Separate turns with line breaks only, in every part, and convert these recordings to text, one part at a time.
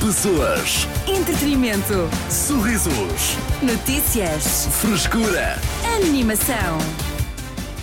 Pessoas,
Entretenimento.
sorrisos,
Notícias.
frescura.
Animação.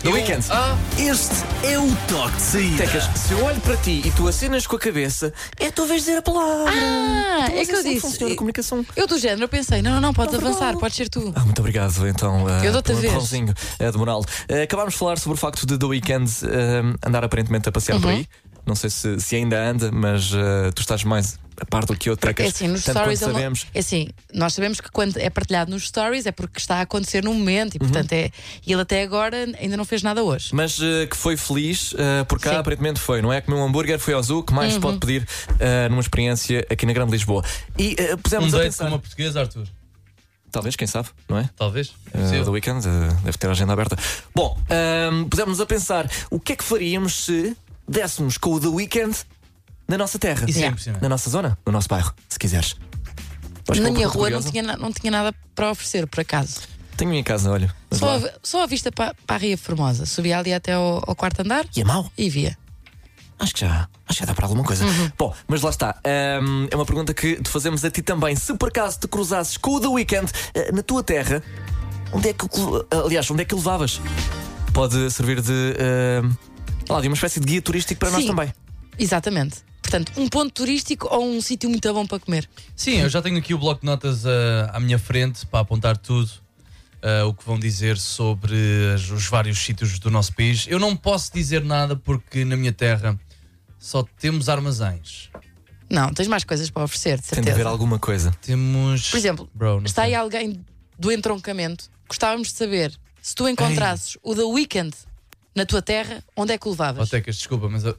The Weeknd.
Ah,
Este é o toque de saída.
Tecas, se eu olho para ti e tu acenas com a cabeça, é a tua vez de dizer a palavra.
ah
Então,
é que eu
assim funciona
disse.
a comunicação.
Eu do género, eu pensei, não, não, não, podes avançar, podes ser tu.
Ah, muito obrigado, então, uh,
Eu dou-te a
pelo
vez.
empurrãozinho, eh, de moral. Eh, acabámos de falar sobre o facto de The Weeknd eh, andar aparentemente a passear por
Uhum.
aí. Não sei se, se ainda anda, mas eh, tu estás mais a par do que eu, Tecas.
É assim, nos
tanto
stories
quanto
ele não-
sabemos.
É assim, nós sabemos que quando é partilhado nos stories é porque está a acontecer no momento
Uhum.
e portanto é. E ele até agora ainda não fez nada hoje.
Mas eh, que foi feliz, eh, por cá
Sim. Uhum.
aparentemente foi, não é? Comeu um hambúrguer, foi ao zoo, que mais se pode pedir eh, numa experiência aqui na Grande Lisboa. E eh,
Um
pusemos a
date
pensar.
com uma portuguesa, Arthur.
Talvez, quem sabe, não é?
Talvez.
Uh, do
Sim.
weekend, eh, deve ter a agenda aberta. Bom, ahm, pusemos-nos a pensar o que é que faríamos se dessemos com o The Weekend na nossa terra,
Isso é
Yeah.
impressionante.
na nossa zona, no nosso bairro, se quiseres. Vais
Na
com um
minha
uma
rua não
portuguesa?
tinha, na- não tinha nada para oferecer, por acaso.
Tenho minha casa, olha. mas
Só
lá.
a, vi- só a vista para, para a Ria Formosa. Subia ali até ao, ao quarto andar
E é mau?
e via.
Acho que já. Acho que já dá para alguma coisa. Bom, mas lá está. Ahm, é uma pergunta que te fazemos a ti também. Se por acaso te cruzasses com o The Weekend eh, na tua terra, onde é que. o clu- Aliás, onde é que o levavas? Pode servir de. ahm, lá, de uma espécie de guia turístico para nós
Sim.
também.
Exatamente. Portanto, um ponto turístico ou um sítio muito bom para comer.
Sim, eu já tenho aqui o bloco de notas ah, à minha frente para apontar tudo. ah, o que vão dizer sobre as- os vários sítios do nosso país. Eu não posso dizer nada porque na minha terra só temos armazéns.
Não, tens mais coisas para oferecer, de
Tem de
certeza.
haver alguma coisa.
Temos.
Por exemplo,
Bro, não
está
sei.
aí alguém do entroncamento. Gostávamos de saber se tu encontrasses o The Weeknd na tua terra, onde é que o
Ó,
levavas?
Tecas, desculpa, mas eu-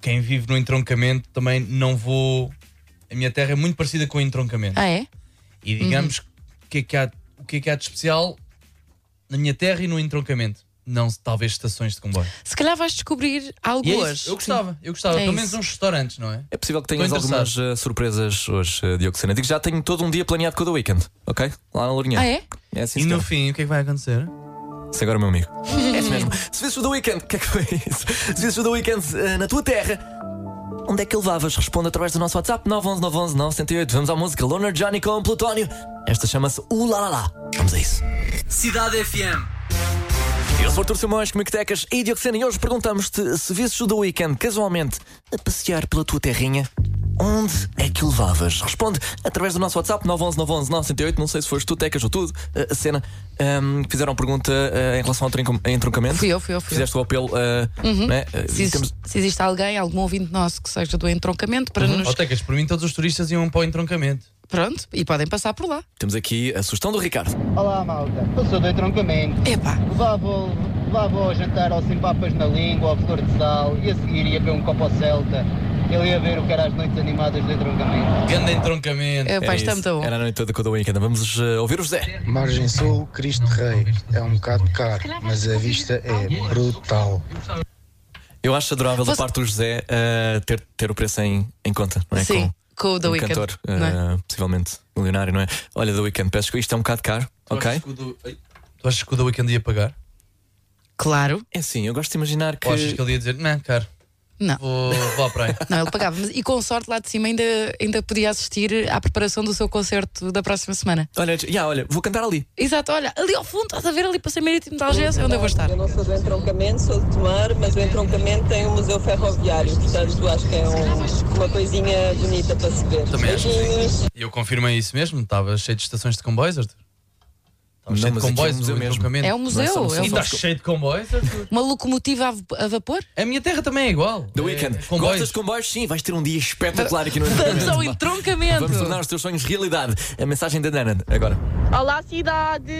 quem vive no entroncamento também não vou. A minha terra é muito parecida com o entroncamento.
Ah, é?
E digamos
Uhum.
o que, é que há, o que é que há de especial na minha terra e no entroncamento. Não, talvez estações de comboio.
Se calhar vais descobrir algo
E é
hoje.
isso, eu gostava, eu gostava.
É
Pelo
isso.
menos uns restaurantes, não é?
É possível que tenhas
Estou interessado.
algumas eh, surpresas hoje, uh, Diogo Sena. Digo, já tenho todo um dia planeado com o The Weekend, ok? Lá na
um
Lourinhã.
Ah, é?
É assim,
e no
senhor.
fim, o que é que vai acontecer?
Se agora, meu amigo. é isso mesmo. Se visses o The Weekend, o que é que foi isso? Se visses o The Weekend eh, na tua terra, onde é que levavas? Responde através do nosso WhatsApp 911 911 Vamos à música Loner Johnny com Plutónio. Esta chama-se O La La La. Vamos a isso.
Cidade FM.
Eu sou o Artur Simões, Comictecas e Diogo Sena. E hoje perguntamos-te se visses o The Weekend casualmente a passear pela tua terrinha. Onde é que o levavas? Responde através do nosso WhatsApp 911 911 908. Não sei se foste tu, Tecas, ou tu, eh, a cena. ehm, que fizeram pergunta eh, em relação ao trinco- entroncamento.
Fui eu, fui eu, fui eu. Uhum.
Fizeste o apelo. eh, né? Eh,
Se, existe-
temos-
se existe alguém, algum ouvinte nosso que seja do entroncamento, para nos.
Ó, Tecas, por mim todos os turistas iam para o entroncamento.
Pronto, e podem passar por lá.
temos aqui a sugestão do Ricardo.
Olá malta, eu sou do entroncamento.
Epá,
Levava, levava ao jantar ao Sem Papas na Língua, ao Flor de Sal e a seguir ia ver um copo ao Celta. Ele ia ver o que era as noites animadas do entroncamento.
Grande entroncamento.
é, pá,
Era
isto é
isso.
muito bom.
Era a noite toda com o The Weekend. Vamos eh, ouvir o José.
Margem Sul, Cristo Rei. É um bocado caro, mas a vista é brutal.
Eu acho adorável da
Você-
parte do José eh, ter, ter o preço em, em conta, não
né,
é?
Sim,
Com-
com o The
um
Weeknd.
cantor,
não é?
eh, possivelmente milionário, não é? Olha, The Weeknd, peço desculpa, isto é um bocado caro,
Tu achas
ok?
que o do- Ei, Tu achas que o da Weekend ia pagar?
Claro,
É assim, eu gosto de imaginar que.
Ou achas que ele ia dizer, não, cara,
não.
vou, vou à praia?
Não, ele pagava. Mas- e com sorte lá de cima ainda, ainda podia assistir à preparação do seu concerto da próxima semana.
Olha, já, olha, vou cantar ali.
Exato, olha, ali ao fundo, estás a ver ali para ser marítimo de Algés, é onde eu vou estar.
Eu não sou do entroncamento, sou de Tomar, mas o entroncamento tem um museu ferroviário, portanto acho que é um- uma coisinha bonita para se ver.
Também acho que sim.
Beijinhos.
E eu confirmei isso mesmo, estava cheio de estações de comboios, Arthur. Estava
Não,
cheio de
mas aqui é um
comboios
museu
no
mesmo.
entroncamento.
É um museu,
só- não
é
E
um
só-
está cheio de comboios, Arthur?
uma locomotiva a, v- a vapor?
A minha terra também é igual.
The
É,
Weekend.
comboios.
Gostas de comboios? Sim, vais ter um dia espetacular aqui no
Vamos ao
entroncamento.
entroncamento!
Vamos tornar os teus sonhos realidade. A mensagem da Nana, agora.
Olá, cidade!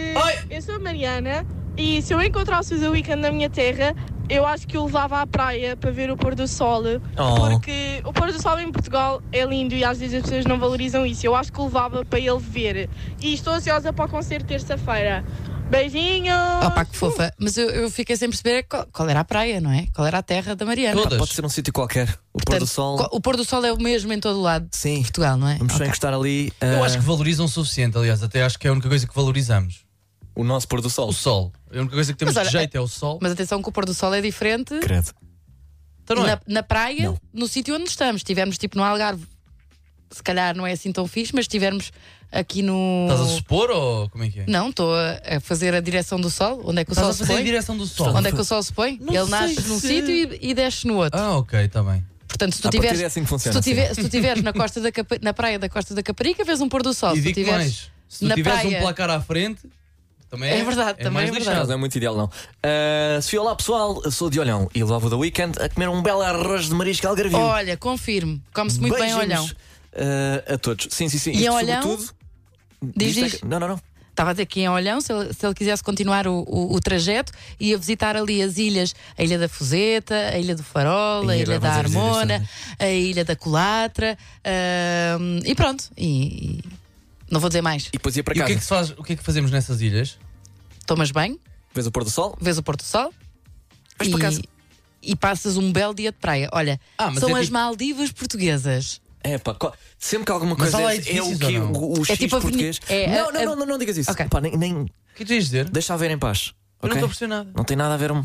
Eu sou a Mariana e se eu encontrasse o The Weeknd na minha terra, eu acho que o levava à praia para ver o pôr do sol.
Oh.
Porque o pôr do sol em Portugal é lindo e às vezes as pessoas não valorizam isso. Eu acho que o levava para ele ver. E estou ansiosa para o concerto terça-feira. Beijinhos!
Opa, Ah, que fofa! Mas eu, eu fiquei sem perceber qual, qual era a praia, não é? Qual era a terra da Mariana?
Todas.
Pode ser um sítio qualquer. O pôr do
Portanto,
sol.
co- O pôr do sol é o mesmo em todo o lado de
Sim.
Portugal, não é?
Vamos só
Ok.
encostar ali
Eu
ah,
É.
acho que valorizam o suficiente, aliás, até acho que é a única coisa que valorizamos.
o nosso pôr do sol.
O sol. A única coisa que temos
Mas olha,
de jeito é o sol.
Mas atenção que o pôr do sol é diferente
Credo.
Então não é.
na, na praia,
Não.
no sítio onde estamos. Estivermos tipo no Algarve, se calhar não é assim tão fixe, mas estivermos aqui no.
Estás a supor ou como é que é?
Não, estou a a fazer a direção do sol. Onde é que o
Estás
sol
a
se
fazer em
põe?
direção do sol.
Onde é que o sol se põe?
Não
Ele
sei
nasce num
se-
sítio e, e desce no outro.
Ah, ok, está bem.
Portanto, se tu
À partida
tiveres,
é assim que funciona,
se tu
sim.
tiver- se tu tiveres na, costa da Capa- na praia da Costa da Caparica, vês um pôr do sol.
e
se tu
digo
tiveres
mais: se tu
na
tiveres
praia-
um placar à frente, também é.
É verdade, também
mais
é
lixado.
verdade.
Caso não é muito ideal, não. Uh, Sofia, olá pessoal, eu sou o de Olhão e levava da Weekend a comer um belo arroz de marisco algarvio.
Olha, confirmo. Come-se muito
Beijinhos,
bem olhão.
uh, a todos. Sim, sim, sim.
E
Isto
a Olhão?
sobretudo-
Diz,
Isto é
diz.
que- Não, não, não.
Estava a dizer que em Olhão, se ele, se ele quisesse continuar o, o, o trajeto, ia visitar ali as ilhas, a Ilha da Fuzeta, a Ilha do Farol, a
Ih,
Ilha
agora
da
vão dizer isto,
Harmona,
né?
a Ilha da Colatra, ahm, e pronto. E, e não vou dizer mais.
E depois ia para
E o
casa.
que, é que se faz, o que é que fazemos nessas ilhas?
Tomas banho,
Vês o pôr do sol?
vês o Porto Sol
Vais
e,
para casa.
e passas um belo dia de praia. Olha,
Ah, mas
são
é
as
tipo-
Maldivas portuguesas.
É pá, co- sempre que alguma
Mas
coisa
há lá
é, é o
edifícios
que
ou não?
o, o X
tipo a veni-
português.
é a-
não, não,
a-
não, não, não digas isso.
Ok.
Pá, nem, nem-
O que é que tu ias dizer?
deixa a ver em paz.
Eu não
ok?
estou a perceber nada.
Não tem nada a ver. um-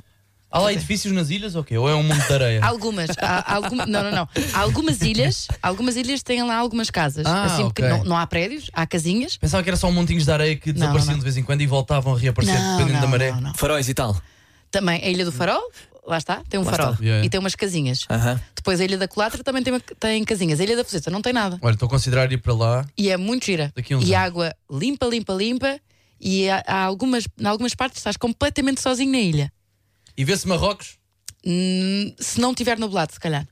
Há lá edifícios nas ilhas ou quê? Ou é um monte de areia?
Algumas, há- há algum- não, não, não. Há algumas ilhas, algumas ilhas têm lá algumas casas.
Ah,
assim, porque
ok.
não, não há prédios, há casinhas.
Pensava que era só um montinhos de areia que desapareciam
não.
de vez em quando e voltavam a reaparecer dependendo da maré. Hum.
não, não.
Faróis e tal.
Também a Ilha do Farol, lá está, tem um
Lá
farol
está.
Yeah. Ah.
e tem umas casinhas.
Aham.
Depois a Ilha da Colatra também tem, tem casinhas. A Ilha da Foseta não tem nada.
Olha, estou a considerar ir para lá.
E é muito gira.
Daqui a uns
E a
anos.
água limpa, limpa, limpa. E há, há algumas, em algumas partes estás completamente sozinho na ilha.
E vê-se Marrocos?
Hum, se não tiver nublado, se calhar.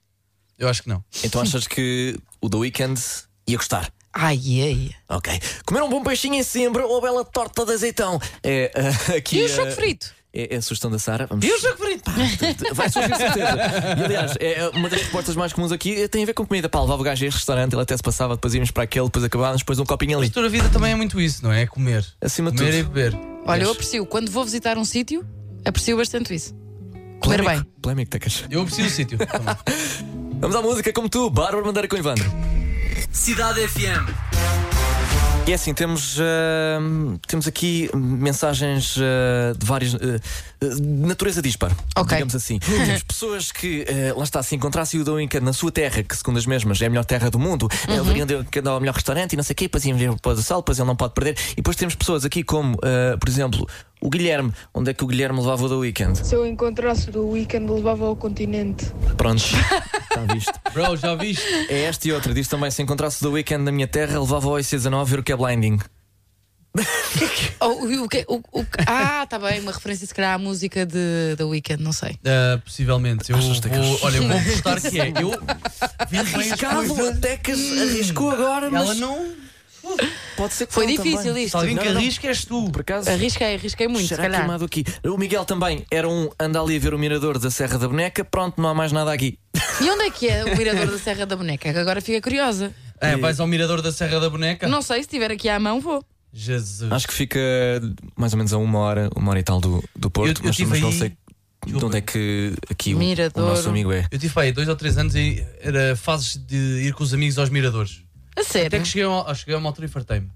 Eu acho que não.
Então achas que o The Weekend ia gostar?
Ai, ai.
Ok. Comer um bom peixinho em Sembra ou a bela torta de azeitão. É, ah, aqui,
E o
ah,
choco frito?
É, é a sugestão da Sara. Vamos... E o jogo favorito? Vai surgir de certeza. E, aliás, é, uma das respostas mais comuns aqui é, tem a ver com comida. Pá, levava o gajo a este restaurante, ele até se passava, depois íamos para aquele, depois acabávamos, depois um copinho
Mas
ali.
toda a vida também é muito isso, não é? É comer.
Acima de
comer e
tudo.
beber.
Olha, eu aprecio. Quando vou visitar um sítio, aprecio bastante isso. Comer
Polémico,
bem.
Polémico, tecas.
Eu aprecio o sítio. também.
Vamos à música como tu, Bárbara Bandeira com Ivandro.
Cidade FM.
E é assim, temos, ah, temos aqui mensagens ah, de várias. ah, ah, de natureza dispar.
Ok.
Digamos assim. temos pessoas que, ah, lá está, se encontrassem o Dom Inca na sua terra, que segundo as mesmas é a melhor terra do mundo, uhum. veriam de- que andar ao melhor restaurante e não sei o quê, depois iam ver o pôr do sol, depois ele não pode perder. E depois temos pessoas aqui como, ah, por exemplo, o Guilherme. Onde é que o Guilherme levava o The Weekend?
Se eu encontrasse do weekend, levava ao continente.
Prontos. Está visto.
Bro, já viste?
É esta e outra. Diz também: se encontrasse o The Weekend na minha terra, levava o IC19 a ver o que é blinding.
Oh, e o que- o- o que- ah, está bem. Uma referência, se calhar, à música de, da Weekend, não sei.
Ah, possivelmente. Eu
Achas, Tecas?
vou, olha, eu vou apostar que é. Eu vi bem as
Arriscado,
coisas.
até que arriscou agora, mas.
Ela não.
Pode ser que
Foi
não
difícil
também.
isto.
Se alguém
Não,
que
não.
arrisca, és tu.
Por acaso,
Arrisquei, arrisquei muito,
será
se calhar.
queimado aqui. O Miguel também era um anda ali a ver o mirador da Serra da Boneca. Pronto, não há mais nada aqui.
E onde é que é o mirador da Serra da Boneca? Que Agora fica curiosa.
É, vais ao mirador da Serra da Boneca?
Não sei, se tiver aqui à mão, vou.
Jesus.
Acho que fica mais ou menos a uma hora, uma hora e tal do, do Porto.
Eu- eu
mas
tive
mas não
aí-
sei de onde é que aqui o, o
Mirador.
nosso amigo é.
Eu tive pá, aí dois ou três anos e era fases de ir com os amigos aos miradores.
A
Até
sério.
que cheguei a, cheguei a uma altura e fartei-me.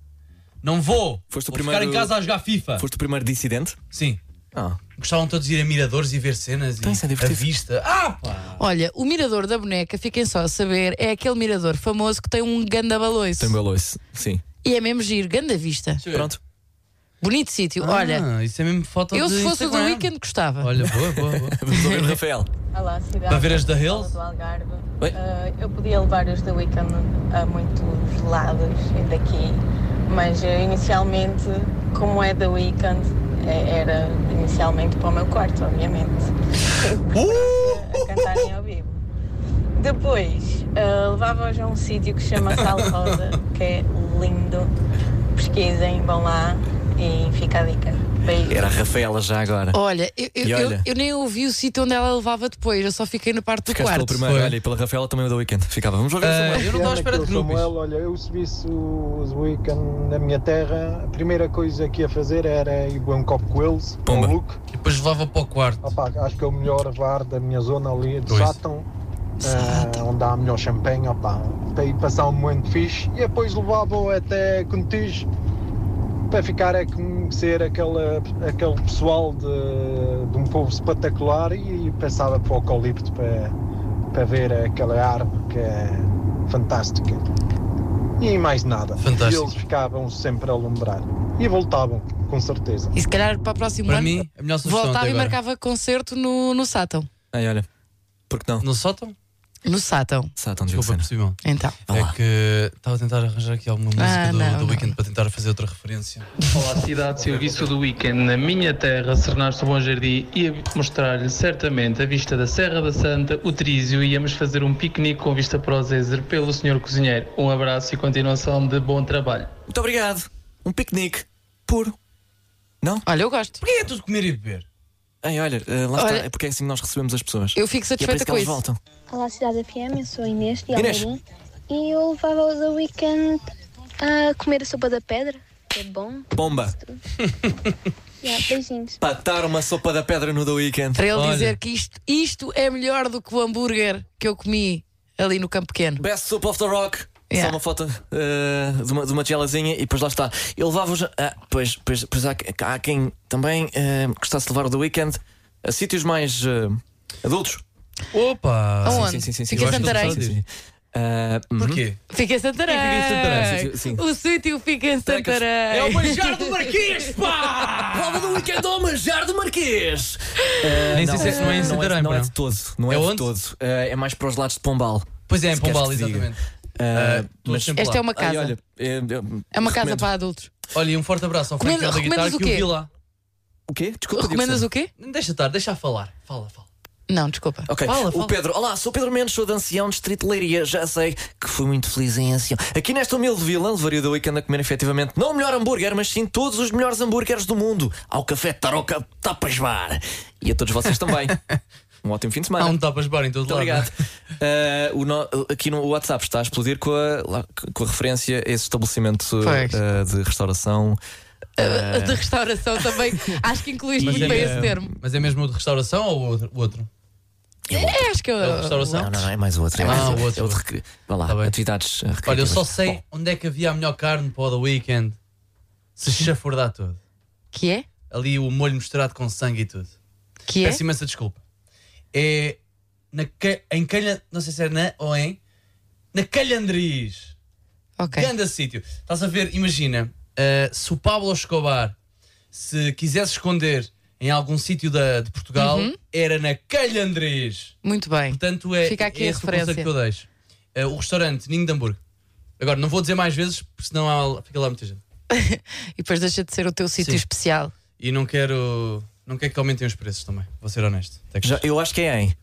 Não vou!
Foste o
vou
primeiro-
ficar em casa a jogar FIFA.
Foste o primeiro dissidente?
Sim.
Ah,
Gostavam todos de ir a miradores e ver cenas
Então isso é
e a
divertido.
vista. Ah, pá!
Olha, o mirador da boneca, fiquem só a saber, é aquele mirador famoso que tem um ganda baloiço.
tem o baloiço. Sim.
E é mesmo giro, ganda vista.
Deixa eu ver.
Pronto.
Bonito sítio. Olha,
Ah, isso é mesmo foto
eu
de
se fosse o do
Instagram.
weekend gostava.
Olha, boa, boa, boa.
Vamos ouvir o Rafael.
Olá, cidade.
Para ver as da Hills?
Do Algarve.
Oi?
Ah, eu podia levar os da Weekend a muitos lados e daqui, mas eh, inicialmente, como é da Weekend, eh, era inicialmente para o meu quarto, obviamente.
Uh!
a cantarem ao vivo. Depois, ah, levava-os a um sítio que se chama Sal Rosa, que é lindo. Pesquisem, vão lá e fica a dica. Beijo.
Era a Rafaela já agora.
Olha, eu, eu-
E olha.
eu- eu nem ouvi o sítio onde ela levava depois, eu só fiquei na parte do
Ficaste pelo
quarto.
primeiro.
Foi.
Olha, e pela Rafaela também o da Weekend. Ficava. Vamos ouvir o
Ah,
Samuel.
eu não estava à espera de grupos.
Samuel, olha, eu se visse os Weekend na minha terra, a primeira coisa que ia fazer era ir beber um copo com eles,
Pumba.
um look.
E depois levava para o quarto.
Opa, acho que é o melhor bar da minha zona ali, de
Pois.
Sátão, ah, onde há a melhor champanhe, opa, para ir passar um momento fixe. E depois levava-o até Contijo para ficar a conhecer aquela, aquele pessoal de, de um povo espetacular e passava para o Eucalipto para, para ver aquela árvore que é fantástica. e mais nada. E
Fantástico.
eles ficavam sempre a alumbrar. E voltavam, com certeza.
E se calhar para o próximo
Para
ano
mim, a melhor sugestão
voltava
até
e
agora.
marcava concerto no, no Sátão.
Ai, olha. Porque não?
No sótão?
No Sátão.
Sátão de Oxena.
Desculpa, possível.
Então.
Vá lá.
É que estava a tentar arranjar aqui alguma música
Ah,
do,
não,
do
não.
Weekend para tentar fazer outra referência.
Olá, cidade, serviço do weekend na minha terra, Sernanço Bom Jardim, ia mostrar-lhe certamente a vista da Serra da Santa, o Trísio, e íamos fazer um piquenique com vista para o Zézer pelo senhor cozinheiro. Um abraço e continuação de bom trabalho.
Muito obrigado. Um piquenique puro.
Olha, eu gosto.
Porquê é tudo comer e beber?
Ai, olha, eh, lá
Olha-
está. É porque é assim que nós recebemos as pessoas.
Eu fico
E é por
satisfeita
isso que
com
elas
isso.
voltam.
Olá, Cidade FM, eu sou a Inês de
Inês.
Almeirim e eu levava-os ao weekend a comer a sopa da pedra, que é bom.
Bomba.
E há beijinhos.
Patar uma sopa da pedra no The Weekend.
Para ele
Olha,
dizer que isto, isto é melhor do que o hambúrguer que eu comi ali no Campo Pequeno.
Best Soup of the Rock. Só
Yeah.
uma foto eh, de, uma, de uma gelazinha e depois lá está. Eu levava-os. a- Ah, pois, pois, pois há, há quem também eh, gostasse de levar o The Weekend a sítios mais eh, adultos.
Opa!
Aonde?
Sim, sim, sim. sim,
Fica
eu
em
acho que é
Santarém.
ele sabe disso. Ah, uhum.
Porquê?
Fica em Santarém.
Fica em Santarém, sim, sim.
O sítio fica em Santarém.
É o beijar do Marquês,
Ah,
pá!
Prova do Weekend ao manjar do Marquês!
Nem sei se isso não é em Santarém,
não é
pá.
de todo. Não é,
É
de
onde?
todo. Eh, é mais para os lados de Pombal.
Pois é, em
Se queres
Pombal,
que te diga.
exatamente.
Eh,
Ah, tu sempre
Esta
lá.
é uma
Ai,
casa.
olha, eh, eu-
é uma casa
recomendo.
para adultos.
Olha, e um forte abraço ao Frank
Recomenda-
da Guitarra
recomendas o
que eu vi
quê?
lá.
O quê? Desculpa,
Recomendas
Diogo
o quê?
Deixa estar, deixa a falar. Fala, fala.
Não, desculpa.
Ok,
Fala, fala.
o Pedro. Olá, sou o Pedro Mendes, sou de Ancião, Distrito de Leiria. Já sei que fui muito feliz em Ancião. Aqui nesta humilde vila, levaria o weekend a comer efetivamente não o melhor hambúrguer, mas sim todos os melhores hambúrgueres do mundo. Ao Café Taroca Tapas Bar. E a todos vocês também. um ótimo fim de semana.
Há um tapas bar em todo
Muito
lado.
obrigado. Ah, o no- aqui no WhatsApp está a explodir com a, lá- com a referência a esse estabelecimento
Pois.
ah, de restauração.
A De restauração também. Acho que incluíste
Mas
muito
é-
bem esse termo.
Mas é mesmo o de restauração ou o outro- o outro?
É, acho que eu.
É o de restauração?
Não, não, não, é mais outro. É
Ah,
mais
o outro.
É recre- Vá lá,
Tá bem.
atividades ah,
Olha, eu
recreativas.
só sei
Bom,
onde é que havia a melhor carne para o The Weekend. Se chafurdar tudo.
Que é?
Ali o molho misturado com sangue e tudo.
Que é?
Peço imensa desculpa. É na, ca- em Calha, não sei se é na ou em, na Calhandriz.
Ok.
Ganda sítio. Estás a ver, imagina, uh, se o Pablo Escobar se quisesse esconder em algum sítio da- de Portugal, era na Calhandriz.
Muito bem.
Portanto, é,
Fica aqui
é
a
esse o conselho
referência.
que eu deixo. Uh, o restaurante Ninho de Hamburgo. Agora, não vou dizer mais vezes, porque senão há- fica lá muita gente.
E depois deixa de ser o teu sítio
Sim.
especial.
E não quero, não quero que aumentem os preços também, vou ser honesto. Até que-
já- eu acho que é em.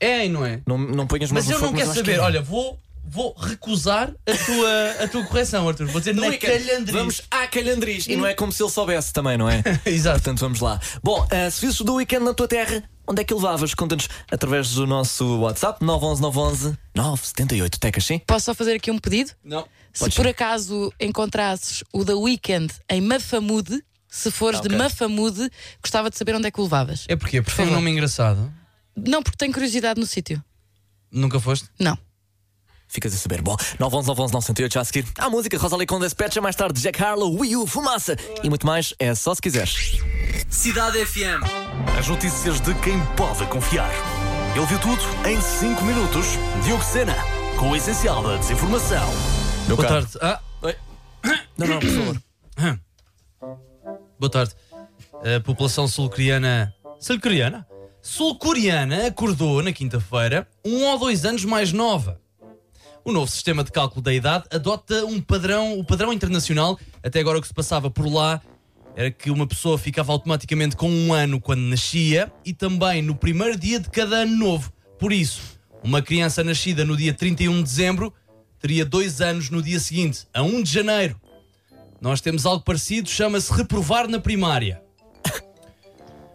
É, não é?
Não, não ponhas mais
Mas
no
eu não
fogo,
quero
acho que
saber.
é.
Olha, vou, vou recusar a tua, a tua correção, Arthur. Vou dizer é
No
na
weekend,
calhandriz.
Vamos à calhandriz. E não é como se ele soubesse também, não é?
Exato.
Portanto, vamos lá. Bom, eh, serviços do weekend na tua terra, onde é que levavas? Conta-nos através do nosso WhatsApp 911 911 978. Tecas, sim?
Posso só fazer aqui um pedido?
Não.
Se
Podes
por
sim.
acaso encontrasses o The Weekend em Mafamude, se fores
Ah,
de
ok.
Mafamude, gostava de saber onde é que o levavas.
É porque, porque foi um
favor.
nome engraçado.
Não, porque tenho curiosidade no sítio.
Nunca foste?
Não.
Ficas a saber. Bom, 911 911 978 já a seguir. Há música, Rosalie com Despecha, mais tarde Jack Harlow, Wii U, Fumaça e muito mais. É só se quiseres.
Cidade FM.
As notícias de quem pode confiar. Ele viu tudo em 5 minutos. Diogo Sena, com o essencial da desinformação.
Meu
Boa
caro.
tarde. Ah,
Não, não, por favor.
boa tarde. A população sul-coreana. Sul-coreana? Sul-coreana acordou na quinta-feira um ou dois anos mais nova. O novo sistema de cálculo da idade adota um padrão, o padrão internacional. Até agora o que se passava por lá era que uma pessoa ficava automaticamente com um ano quando nascia e também no primeiro dia de cada ano novo. Por isso, uma criança nascida no dia 31 de dezembro teria dois anos no dia seguinte, a 1 de janeiro. Nós temos algo parecido, chama-se reprovar na primária.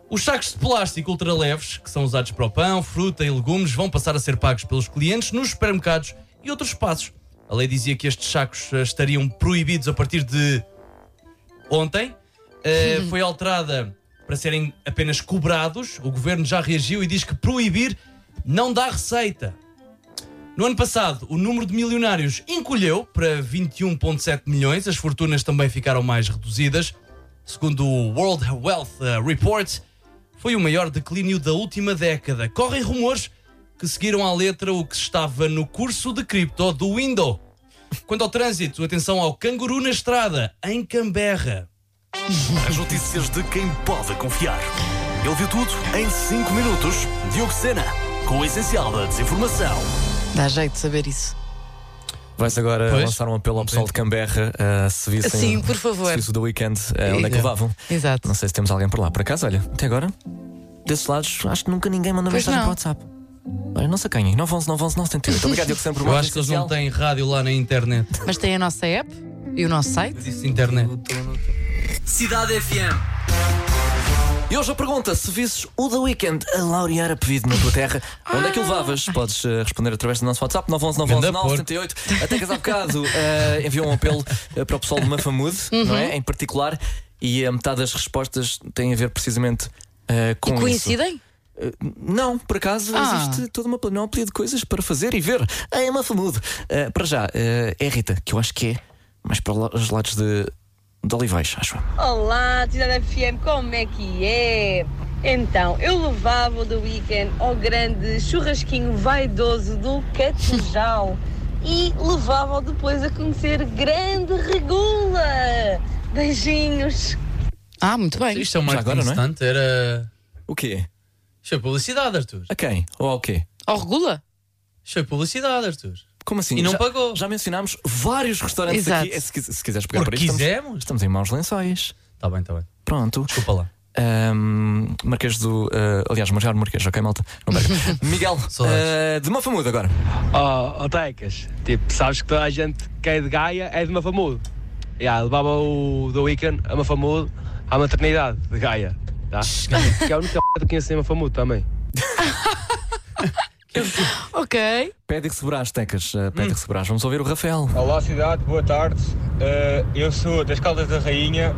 Os sacos de plástico ultraleves, que são usados para o pão, fruta e legumes, vão passar a ser pagos pelos clientes nos supermercados e outros espaços. A lei dizia que estes sacos eh, estariam proibidos a partir de ontem. Eh, foi alterada para serem apenas cobrados. O governo já reagiu e diz que proibir não dá receita. No ano passado, o número de milionários encolheu para 21,7 milhões, as fortunas também ficaram mais reduzidas. Segundo o World Wealth eh, Report, foi o maior declínio da última década. Correm rumores que seguiram à letra o que estava no curso de cripto do Windows. Quanto ao trânsito, atenção ao canguru na estrada, em Camberra.
As notícias de quem pode confiar. Ele viu tudo em 5 minutos. Diogo Sena, com o essencial da desinformação.
Dá jeito de saber isso.
Vais agora
Pois.
lançar um apelo ao pessoal de Camberra eh, se vissem
Sim, por favor.
se visse o The Weeknd, eh, onde é que levavam?
Exato.
Não sei se temos alguém por lá. Por acaso, olha, até agora, desses lados, acho que nunca ninguém mandou
Pois
mensagem
não.
para o WhatsApp. Olha, não sacanhem, 911 911 Obrigado, Diogo Sempre.
Eu acho que eles não têm rádio lá na internet.
Mas tem a nossa app e o
Hum,
nosso site.
Disse internet.
Cidade FM.
E hoje a pergunta: se visses o The Weeknd a laurear a pedido na tua terra, onde é que o levavas? Podes eh, responder através do nosso WhatsApp 911
Ganda porco.
911 Até que há bocado eh, enviou um apelo eh, para o pessoal de Mafamude, não é? Em particular, e a metade das respostas tem a ver precisamente eh, com
E
isso.
coincidem?
Eh, Não, por acaso
Ah.
existe toda uma panóplia um de coisas para fazer e ver. É uma famudo. Eh, para já, eh, é a Rita, que eu acho que é, mas para lá- os lados de, de Olivais, acho. eu.
Olá, Cidade FM, como é que é? Então, eu levava do weekend ao grande churrasquinho vaidoso do Catujal e levava-o depois a conhecer Grande Regula. Beijinhos.
Ah, muito bem.
Isto é uma
Já
marketing
agora, não é?
constante, era.
O quê?
Isto é publicidade, Arthur.
A quem? Ou ao quê?
Ou regula?
Isto foi publicidade, Arthur.
Como assim?
E não
já,
pagou.
Já mencionámos vários restaurantes
Exato.
aqui. Eh, Se, quis- se quiseres pegar
Porque
por aí,
quisemos.
Estamos, estamos em maus lençóis.
Está bem, está bem.
Pronto.
Desculpa lá.
Ahm, Marquês do. ah, aliás, Marjar Marquês, ok, malta? Não perca. Miguel, ah, de Mafamudo agora.
Oh, oh Tecas, tipo, sabes que toda a gente que é de Gaia é de Mafamudo. Yeah, levava o The Weeknd a Mafamudo à maternidade de Gaia. Tá? que é a única p*** que conheço em Mafamudo também.
Ok.
Pede que sobrás, Tecas. ah, Pede que sobrás. Vamos ouvir o Rafael.
Olá cidade, boa tarde. Eh, eu sou das Caldas da Rainha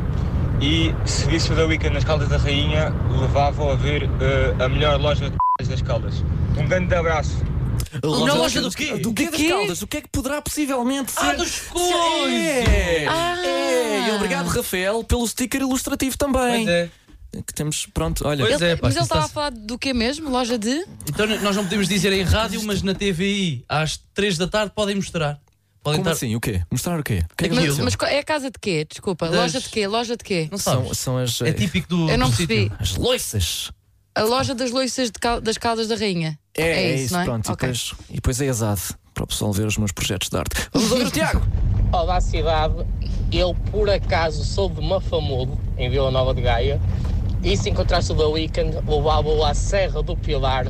e se visse o da Weekend nas Caldas da Rainha, levava a ver eh, a melhor loja de p****s das Caldas. Um grande abraço.
Loja- Do quê? das Caldas? O que é que poderá possivelmente ser?
Ah, dos cois!
É.
Ah!
É. E obrigado, Rafael, pelo sticker ilustrativo também.
Pois é.
Que temos, pronto, olha.
Ele- mas ele estava a falar do quê mesmo? Loja de?
Então nós não podemos dizer em rádio, mas na TVI, às 3 da tarde, podem mostrar. Podem
Como
estar-
assim? O quê? Mostrar o quê? O que é que
mas,
aconteceu?
mas é a casa de quê? Desculpa.
Das-
Loja de quê? Loja de quê?
Não
são, são as.
É típico do.
Eu não
do
percebi.
sítio. As loiças.
A loja das loiças de cal- das Caldas da Rainha.
É, é isso,
não é?
pronto.
Ok.
E, depois, e depois é azado para o pessoal ver os meus projetos de arte. Vamos ouvir o Tiago.
Olá, cidade. Eu, por acaso, sou de Mafamudo, em Vila Nova de Gaia. E se encontraste o The Weekend, levava-o à Serra do Pilar,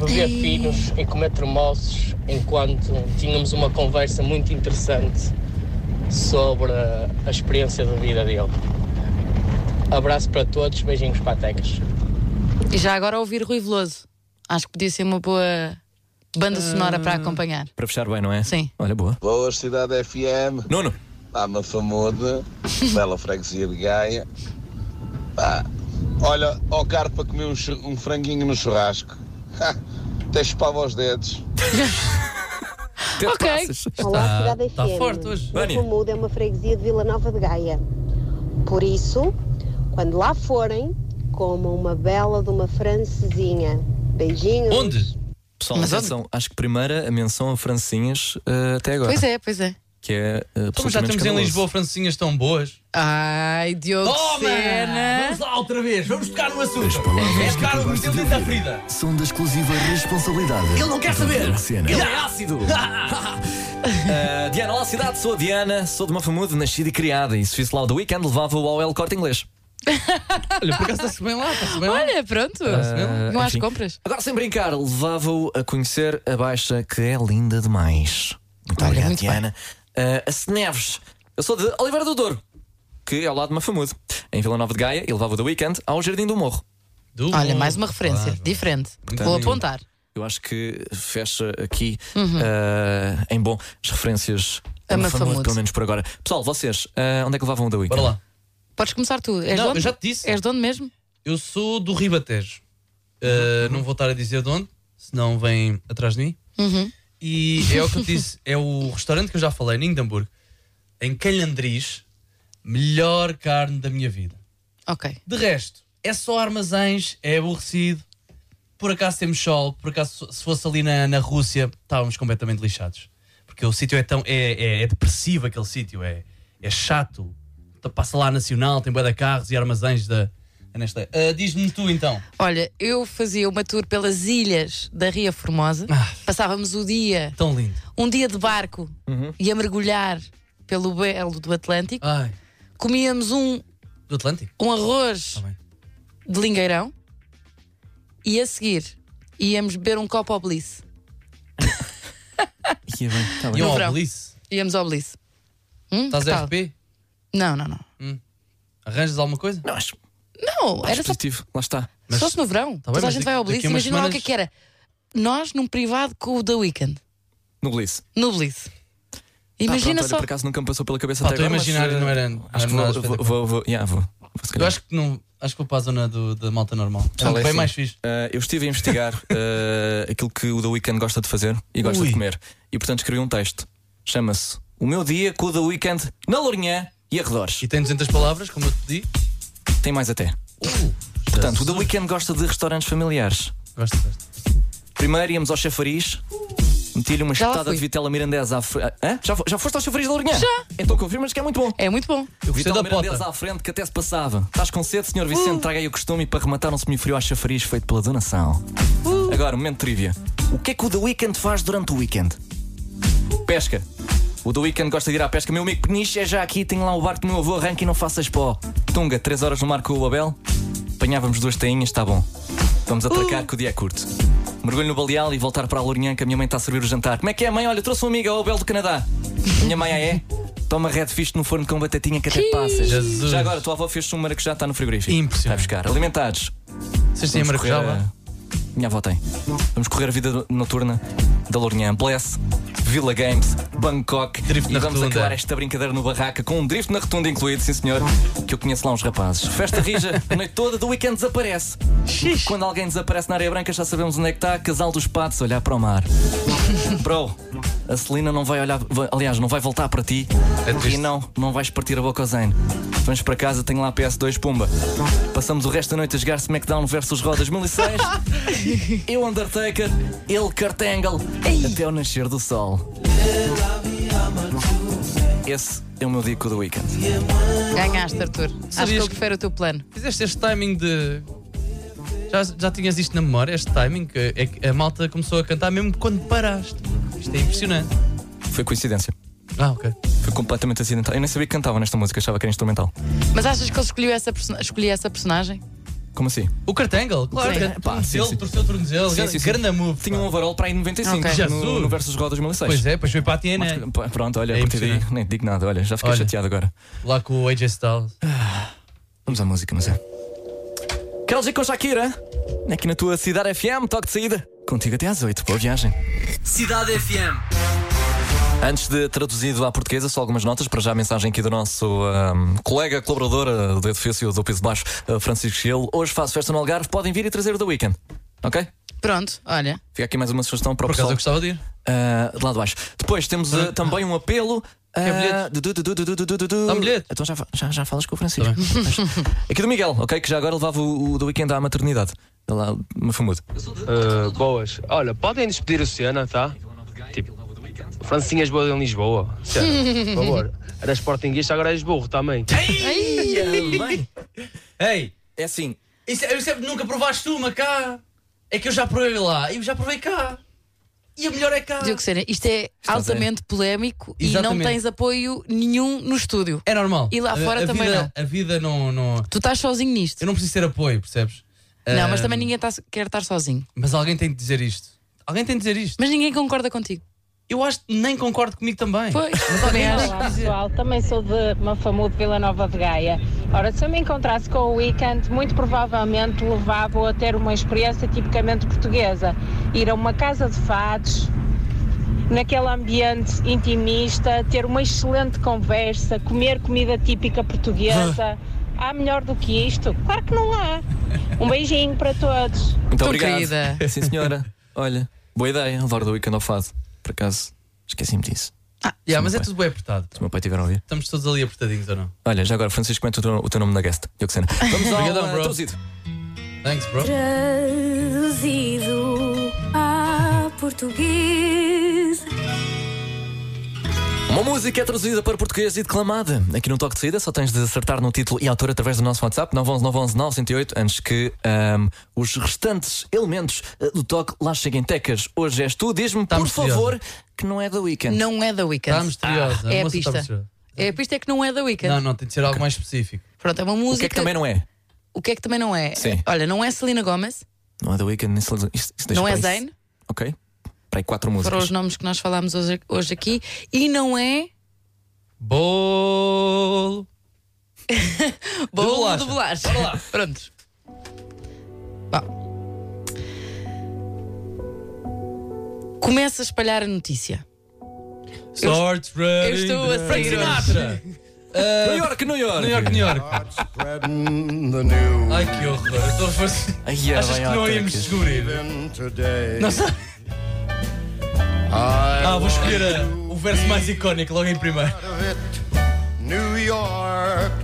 beber
Ei.
finos e comer tremoços, enquanto tínhamos uma conversa muito interessante sobre a experiência de vida dele. Abraço para todos, beijinhos para a Tecas.
E já agora ouvir Rui Veloso. Acho que podia ser uma boa banda sonora
Ah.
para acompanhar.
Para fechar bem, não é?
Sim.
Olha, boa.
Boas, Cidade FM.
Nuno.
Pá, uma famuda, bela freguesia de Gaia. Pá, olha, ao carro para comer um, chu- um franguinho no churrasco. Até chupava os dedos.
ok.
Olá, Cidade
Tá
Está
FM.
forte hoje. Vânia.
Mafumo é uma freguesia de Vila Nova de Gaia. Por isso, quando lá forem, comam uma bela de uma francesinha. Beijinhos.
Onde?
Pessoal,
Mas
atenção, acho que primeira a menção a Francinhas eh, até agora.
Pois é, pois é.
Que é. eh,
Então, mas já
absolutamente
temos em
escandaloso.
Lisboa francesinhas tão boas.
Ai, Diogo
Toma!
Sena.
Vamos lá outra vez, vamos tocar no assunto. É caro, mas tem da ferida.
São da exclusiva responsabilidade.
Ele não quer
do
saber!
Diogo Sena.
Ele é ácido! Ah, Diana, olá cidade, sou a Diana, sou de Mafamudo, nascida e criada, e se fosse lá o The Weekend, levava-o ao El Corte Inglês.
Olha, por acaso está-se bem lá, está-se bem lá.
Olha, pronto.
Ah,
não há as
enfim.
compras.
Agora, sem brincar, levava-o a conhecer a Baixa, que é linda demais. Muito obrigado, Diana. Ah, a Seneves. Eu sou de Oliveira do Douro, que é ao lado de Mafamudo, em Vila Nova de Gaia, e levava o The Weekend ao Jardim do Morro.
Olha, mais uma referência. Diferente. Vou
Portanto,
apontar.
Eu acho que fecha aqui
Uhum.
ah, em bom as referências
A
a
Mafamude.
Mafamude, pelo menos por agora. Pessoal, vocês, ah, onde é que levavam o The Weekend?
Bora lá.
Podes começar tu. És
Não,
de onde?
eu já te disse.
És de onde mesmo?
Eu sou do Ribatejo. Uh, Não vou estar a dizer de onde, senão vem atrás de mim.
Uhum.
E é o que eu te disse, é o restaurante que eu já falei, em Hindamburgo, em Calhandris, melhor carne da minha vida.
Ok.
De resto, é só armazéns, é aborrecido. Por acaso temos sol, por acaso se fosse ali na, na Rússia, estávamos completamente lixados. Porque porque o sítio é tão. É, é, é depressivo aquele sítio, é, é chato. Tu Passa lá a nacional, tem boa de carros e armazéns da. da Nestlé. Ah, Diz-me tu então.
Olha, eu fazia uma tour pelas ilhas da Ria Formosa.
Ah.
Passávamos o dia,
Tão lindo.
um dia de barco,
Uhum.
e a mergulhar pelo belo do Atlântico.
Ai.
Comíamos um,
Do Atlântico?
um arroz
Tá
de lingueirão e a seguir íamos beber um copo ao Bliss.
E é bem, tá bem.
E um
No verão.
obelice?
Íamos ao Bliss. Hum,
Estás
que
Tá.
tal?
RP?
Não, não, não.
Arranjas alguma coisa? Não, acho.
Não, era só,
positivo, lá está.
se fosse no verão.
Tá bem,
Toda a
mas
gente
daqui-
vai ao
daqui a
Bliss.
umas
Imagina lá o que é
semanas-
que era. Nós num privado com o The Weeknd,
No Bliss.
no
Tá,
Bliss.
Ah,
Imagina
pronto, olha,
só.
por acaso nunca me passou pela cabeça
Pá,
até
estou a
agora. mas,
imaginar,
eh,
não era- não
Acho
era
que
nada
vou, vou, vou, vou- yeah, vou.
Eu acho que não. Acho que vou para a zona do- da malta normal. É
Olha,
bem
assim,
mais fixe.
eh, eu estive a investigar eh, aquilo que o The Weeknd gosta de fazer e gosta de comer. E portanto escrevi um texto. Chama-se O meu dia com o The Weeknd na Lourinhã e arredores.
E tem 200 palavras, como eu te pedi.
Tem mais até. portanto, o The Weeknd gosta de restaurantes familiares.
Gosto, gosto.
Primeiro íamos ao chafariz. Meti-lhe uma
Já lá
espetada
fui.
de vitela mirandesa à frente. Já, fo- já foste ao chafariz da Lourinhã?
Já.
Então confirmas que é muito bom.
É muito bom.
Eu Vitela Mirandesa à frente que até se passava. Uh! Estás com sede, Sr. Vicente? Traga aí o costume e para rematar um semifrio à chafariz feito pela donação. Agora, um momento de trivia. Uh! O que é que o The Weeknd faz durante o weekend? Pesca. O The Weeknd gosta de ir à pesca. Meu amigo Peniche é já aqui. Tenho lá o barco do meu avô. Arranca e não faças pó. Tunga, 3 horas no mar com o Abel. Apanhávamos duas tainhas, está bom. Vamos atracar que o dia é curto. Mergulho no baleal e voltar para a Lourinhã que a minha mãe está a servir o jantar. Como é que é, mãe? Olha, trouxe um amigo, é o Abel do Canadá. A minha mãe é? Toma redfish no forno com batatinha que até passas.
Jesus.
Já agora, a tua avó fez um maracujá, está no frigorífico.
Impressionante.
Vai buscar. Alimentados.
Vocês têm
Vamos
maracujá,
correr,
vá?
eh, Minha avó tem. Vamos correr a vida noturna da Lourinhã. Bless, Villa Games, Bangkok. e
na
vamos
rotunda.
acabar esta brincadeira no barraca com um drift na rotunda incluído, sim senhor. Que eu conheço lá uns rapazes. Festa rija, a noite toda do weekend desaparece. Quando alguém desaparece na área branca, já sabemos onde é que está. Casal dos patos, a olhar para o mar. Bro, a Celina não vai olhar, vai- aliás, não vai voltar para ti. e não, não vais partir a boca ao Zane. Vamos para casa, tenho lá a PS2, pumba. Passamos o resto da noite a jogar SmackDown versus Rodas 2006. eu Undertaker, ele Kurt Angle, até o nascer do sol. Esse é o meu dia com o The Weekend.
Ganhaste, Arthur. Acho que
Sabias
ele prefere o teu plano.
Fizeste este timing de. Já, já tinhas isto na memória, este timing? Que é que a malta começou a cantar mesmo quando paraste. Isto é impressionante.
Foi coincidência.
Ah, ok.
Foi completamente acidental. Eu nem sabia que cantava nesta música, achava que era instrumental.
Mas achas que ele escolheu essa, persona- escolhia essa personagem?
Como assim?
O Cartangle, claro.
Sim.
que-
Pá, sim,
torceu-
sim.
Torceu o tornozelo,
Sim,
grande-
sim, sim.
grande move.
Tinha um overall para aí 95
Ok.
no,
Jesus.
no versus Rodas 2006.
Pois é, pois foi para a TNA.
Mas, pá, pronto, olha,
É
a partir daí
impressionante.
nem te digo nada, olha, já fiquei
Olha.
chateado agora.
Lá com o AJ Styles.
Vamos à música, mas é. Carlos e com Shakira, aqui na tua Cidade FM, toque de saída. Contigo até às 8, boa viagem.
Cidade FM.
Antes de traduzido à portuguesa, só algumas notas. Para já a mensagem aqui do nosso ahm, colega, colaborador ah, do edifício do Piso Baixo, ah, Francisco Gil. Hoje faço festa no Algarve, podem vir e trazer o The Weekend. Ok?
Pronto, olha.
Fica aqui mais uma sugestão para o
Por acaso eu
pessoal.
gostava de ir.
ah, de lá de baixo. Depois temos ah, também um apelo. ah, du- du- du- du- du- du- du- du- du-
Dá um bilhete. Tá
Então já, fa- já, já falas com o Francisco. Aqui do Miguel, ok? Que já agora levava o, o The Weekend à maternidade. Ele lá, uma famuda.
Uh, boas. Olha, podem despedir o Senna, tá? Tipo, Francinhas boas em Lisboa. Senna, por favor. Era sportinguista, agora és burro também.
Ei! Ei!
É assim.
Isso, eu sempre nunca provaste uma cá. É que eu já provei lá. Eu já provei cá. E a melhor é cá.
Diogo Sena, isto é
Estás a ver?
altamente polémico e
Exatamente.
não tens apoio nenhum no estúdio.
É normal.
E lá
A-
fora
a
também
vida-
não.
A vida não, não.
Tu estás sozinho nisto.
Eu não preciso ter apoio, percebes?
Não, mas
Ah,
também ninguém tá- quer estar sozinho.
Mas alguém tem de dizer isto. Alguém tem de dizer isto.
Mas ninguém concorda contigo.
Eu acho que nem concordo comigo também.
Pois,
Mas
também
alguém
acho.
tem de dizer.
pessoal, também sou de Mafamudo, Vila Nova de Gaia. Ora, se eu me encontrasse com o Weekend, muito provavelmente levava-o a ter uma experiência tipicamente portuguesa. Ir a uma casa de fados, naquele ambiente intimista, ter uma excelente conversa, comer comida típica portuguesa. Há melhor do que isto? Claro que não há. Um beijinho para todos.
Muito obrigado. Sim, senhora. Olha, boa ideia. Levar o The Weekend ao fado. Por acaso, esqueci-me disso.
Ah, yeah, mas é tudo bem apertado.
Se o meu pai tiver a ouvir.
Estamos todos ali apertadinhos ou não?
Olha, já agora, Francisco, comenta o teu, o teu nome na guest. Dioxena. Vamos ao
Obrigadão,
eh,
bro.
traduzido.
Thanks, bro.
Traduzido a português.
Uma música é traduzida para português e declamada. Aqui no Toque de Saída só tens de acertar no título e autor através do nosso WhatsApp 911-911-908 antes que ahm, os restantes elementos eh, do Toque lá cheguem tecas. Hoje és tu, diz-me, por
misteriosa.
favor, que não é da Weekend.
Não é da Weekend.
Está Tá misteriosa, a
é a
moça está
pista.
misteriosa.
É a pista é que não é da Weekend.
Não, não, tem de ser algo mais específico.
Pronto, é uma música.
O que é que também não é?
O que é que também não é?
Sim.
Olha, não é Selena Gomez,
Não é da Weekend, nem se... isto, isto deixa
não é
para isso.
Zayn,
Ok. Para aí quatro
foram
músicas.
os nomes que nós falámos hoje, hoje aqui, e não é
Bolo.
Bolo
bolacha.
de bolacha.
Bora lá.
Prontos. Bom. Começa a espalhar a notícia.
Start
Eu
spreading
estou a
the-
sair
Frank
hoje.
Sinatra. Uh,
New York, New York.
New York, New York. Ai que horror. Eu estou a fazer-
Ai, é
Achas que
bem
não
há
íamos
tecas.
descobrir? Não sei. Ah, vou escolher a- o verso mais icónico logo em primeiro.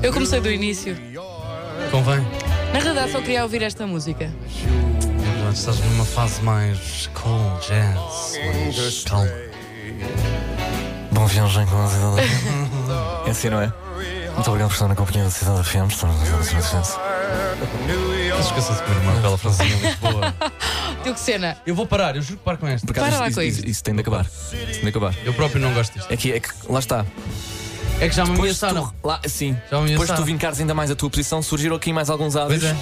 Eu comecei do início.
Convém.
Na verdade, só queria ouvir esta música.
Estás numa fase mais cool, jazz. mais Calma.
Bom viagem com a Cidade FM. É assim, não é? Muito obrigado por estar na companhia da Cidade FM. Estamos na Cidade
Não se esqueça de comer uma bela francesinha em Lisboa.
Tio que cena.
Eu vou parar, eu juro que paro com esta.
acaso, Para lá isso- com isso-
tem de acabar. Isso tem de acabar.
Eu próprio não gosto disto.
É que, é que lá está.
É que já me
Depois
ameaçaram.
tu, lá, sim.
Já
Depois de
me
tu
ameaçaram.
vincares ainda mais a tua posição, surgiram aqui mais alguns áudios.
é.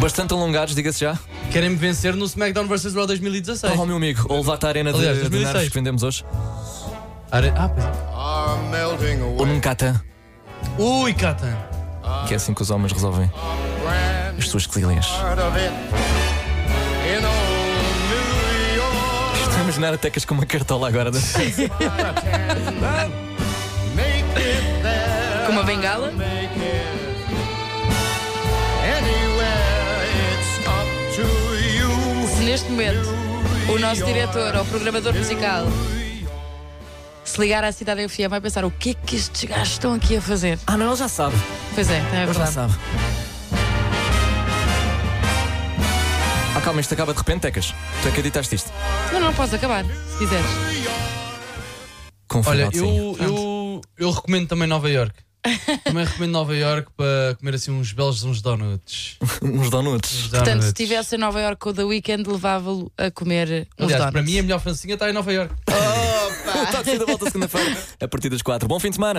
Bastante alongados, diga-se já.
Querem-me vencer no SmackDown vs Raw 2016.
Oh, meu amigo, ou levar-te à arena de,
Aliás,
de
2006.
Nervos que vendemos hoje.
Are- Ah, pois é.
Ou num Catan,
Ui, Catan.
que é assim que os homens resolvem as suas quilhas. Estou a imaginar atecas com uma cartola agora. é?
Com uma bengala? Se neste momento o nosso diretor ou programador musical se ligar à cidade FM vai pensar o que é que estes gajos estão aqui a fazer.
Ah, não, ele já sabe.
Pois é, é
Ele já
verdade.
sabe. Ah, calma, isto acaba de repente, Tecas. Tu acreditaste isto?
Não, não, podes acabar, se quiseres.
Olha,
Confirmado, sim.
eu, eu, eu recomendo também Nova York. também recomendo Nova York para comer assim uns belos uns donuts.
Uns donuts.
Uns
Portanto,
donuts.
se estivesse em Nova Iorque com o The Weekend, levava-lo a comer uns
Aliás,
donuts.
para mim a melhor francinha está em Nova York. Ah.
Está de volta segunda-feira, a partir das quatro. Bom fim de semana.